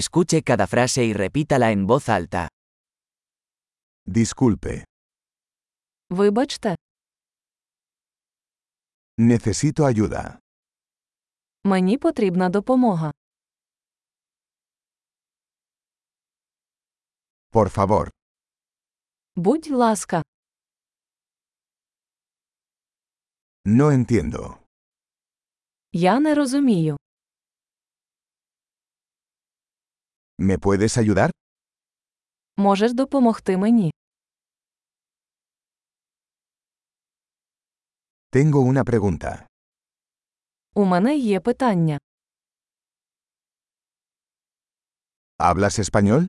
Escuche cada frase y repítala en voz alta. Disculpe, Вибачте, necesito ayuda. мені потрібна допомога. Por favor, Будь ласка, no entiendo. я не розумію. ¿Me puedes ayudar? Можеш допомогти мені? Tengo una pregunta. У мене є питання. ¿Hablas español?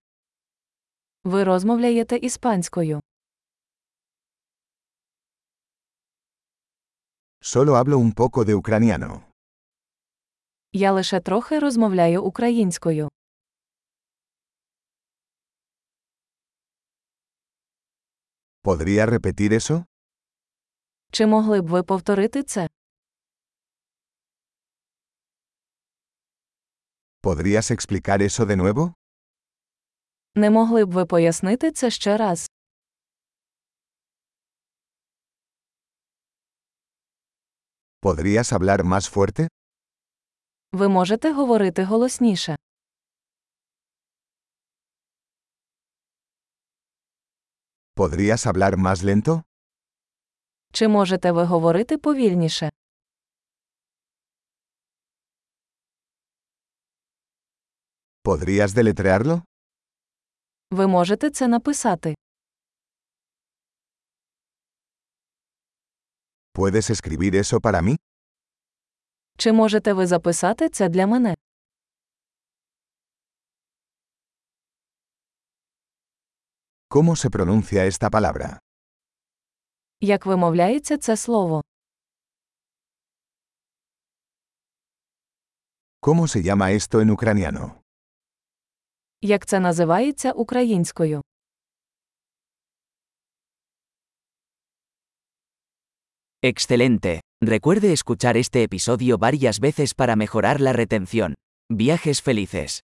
Ви розмовляєте іспанською. Solo hablo un poco de ucraniano. Я лише трохи розмовляю українською. ¿Podría repetir eso? Чи могли б ви повторити це? ¿Podrías explicar eso de nuevo? Не могли б ви пояснити це ще раз? ¿Podrías hablar más fuerte? Ви можете говорити голосніше. ¿Podrías hablar más lento? Чи можете ви говорити повільніше? ¿Podrías deletrearlo? Ви можете це написати. ¿Puedes escribir eso para mí? Чи можете ви записати це для мене? ¿Cómo se pronuncia esta palabra? Як вимовляється це слово? ¿Cómo se llama esto en ucraniano? Як це називається українською? Excelente. Recuerde escuchar este episodio varias veces para mejorar la retención. Viajes felices.